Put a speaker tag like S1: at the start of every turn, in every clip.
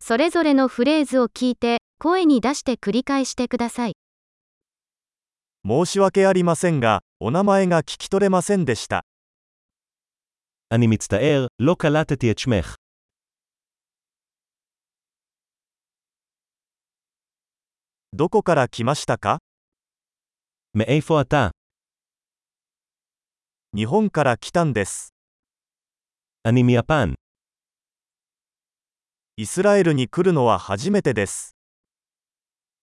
S1: それぞれのフレーズを聞いて、声に出して繰り返してください。
S2: 申し訳ありませんが、お名前が聞き取れませんでした。
S3: אני מצטער, לא קלטתי את שמך.
S2: どこから来ましたか
S3: מאיפה אתה?
S2: 日本から来たんです。
S3: אני מיפן.
S2: イスラエルに来るのは初めてです。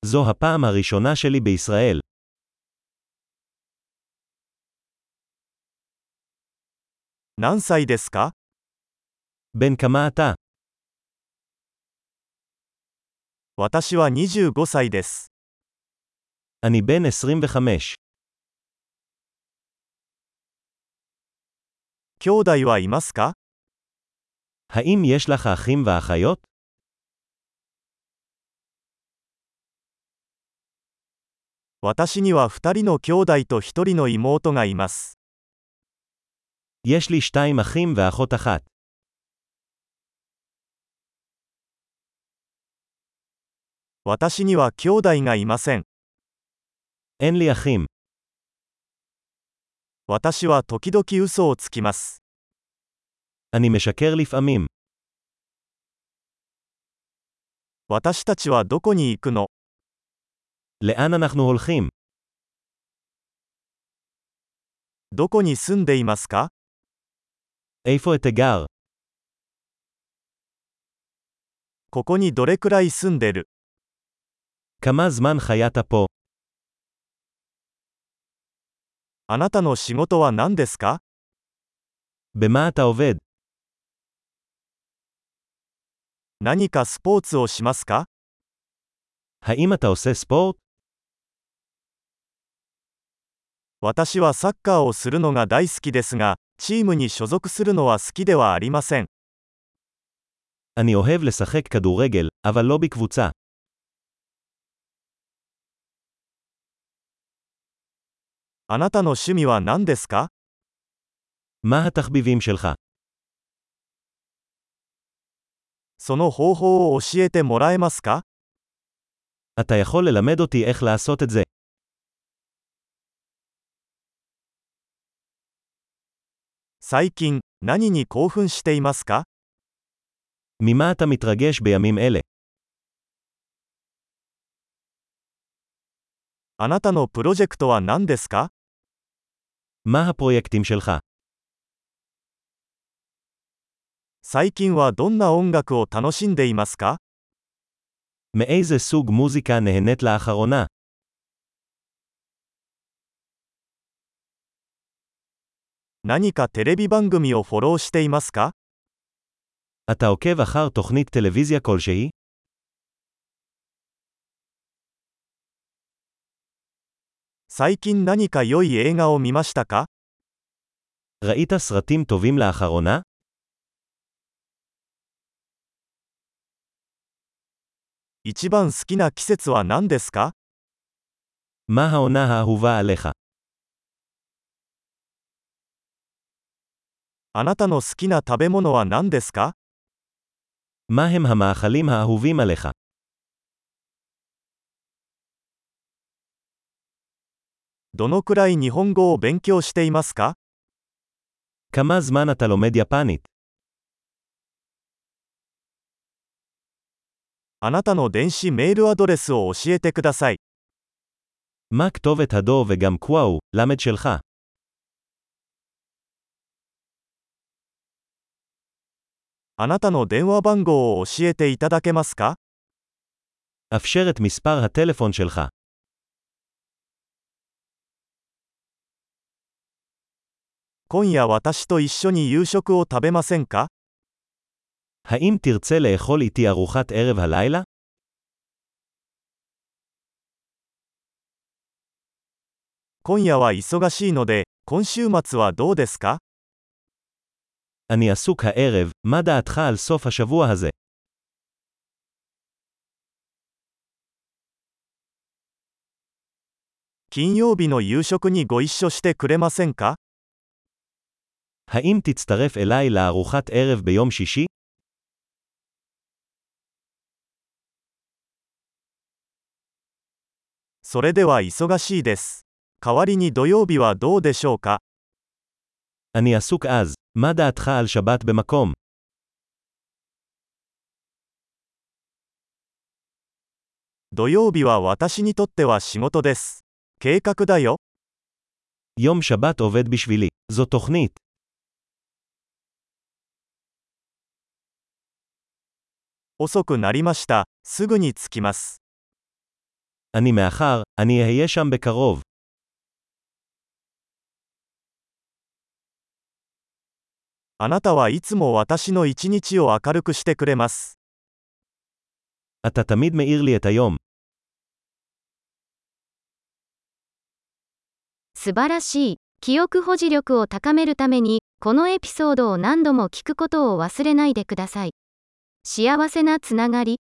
S3: זו הפעם הראשונה שלי בישראל.
S2: 何歳ですか
S3: בן כמה אתה?
S2: 私は25歳です。
S3: אני בן 25.
S2: 兄弟はいますか
S3: האם יש לך אחים ואחיות?
S2: 私には2人の兄弟と1人の妹がいます。
S3: יש לי שתיים אחים ואחות אחת.
S2: 私には兄弟がいません。
S3: אין לי אחים.
S2: 私は時々嘘をつきます。
S3: אני משקר לפעמים.
S2: 私たちはどこに行くの
S3: לאן אנחנו הולכים?
S2: どこに住んでいますか
S3: איפה אתה גר?
S2: ここにどれくらい住んでる
S3: כמה זמן חיית פה?
S2: あなたの仕事は何ですか
S3: במה אתה עובד?
S2: 何かスポーツをしますか
S3: האם אתה עושה ספורט?
S2: 私はサッカーをするのが大好きですが、チームに所属するのは好きではありません。
S3: אני אוהב לשחק כדורגל, אבל לא בקבוצה.
S2: あなたの趣味は何ですか
S3: מה התחביבים שלך?
S2: その方法を教えてもらえますか
S3: אתה יכול ללמד אותי איך לעשות את זה.
S2: 最近、何に興奮していますか
S3: ממה אתה מתרגש בימים אלה?
S2: あなたのプロジェクトは何ですか
S3: מה הפרויקטים שלך?
S2: 最近はどんな音楽を楽しんでいますか
S3: מאיזה סוג מוזיקה נהנית לאחרונה?
S2: 何かテレビ番組をフォローしていますか
S3: אתה עוקב אחר תוכנית טלוויזיה כלשהי?
S2: 最近何か良い映画を見ましたか
S3: ראית סרטים טובים לאחרונה?
S2: 一番好きな季節は何ですか
S3: מה העונה האהובה עליך?
S2: あなたの好きな食べ物は何ですか
S3: מה הם המאכלים האהובים עליך?
S2: どのくらい日本語を勉強していますか
S3: כמה זמן אתה לומד יפנית?
S2: あなたの電子メールアドレスを教えてください。
S3: מה כתובת הדו וגם קוואו, למד שלך?
S2: あなたの電話番号を教えていただけますか
S3: אפשר את מספר הטלפון שלך.
S2: 今夜私と一緒に夕食を食べませんか
S3: האם תרצה לאכול איתי ארוחת ערב הלילה?
S2: 今夜は忙しいので、今週末はどうですか
S3: אני עסוק הערב, מה דעתך על סוף השבוע הזה?
S2: 金曜日の夕食にご一緒してくれませんか
S3: האם תצטרף אליי לארוחת ערב ביום שישי?
S2: それでは忙しいです。代わりに土曜日はどうでしょうか
S3: אני עסוק אז, מה דעתך על שבת במקום?
S2: 土曜日は私にとっては仕事です。計画だよ。
S3: יום שבת עובד בשבילי, זו תוכנית.
S2: 遅くなりました。すぐに着きます。
S3: אני מאחר, אני אהיה שם בקרוב.
S2: あなたはいつも私の一日を明るくしてくれます。
S3: אתה תמיד מאיר לי את היום.
S1: 素晴らしい。記憶保持力を高めるために、このエピソードを何度も聞くことを忘れないでください。幸せなつながり。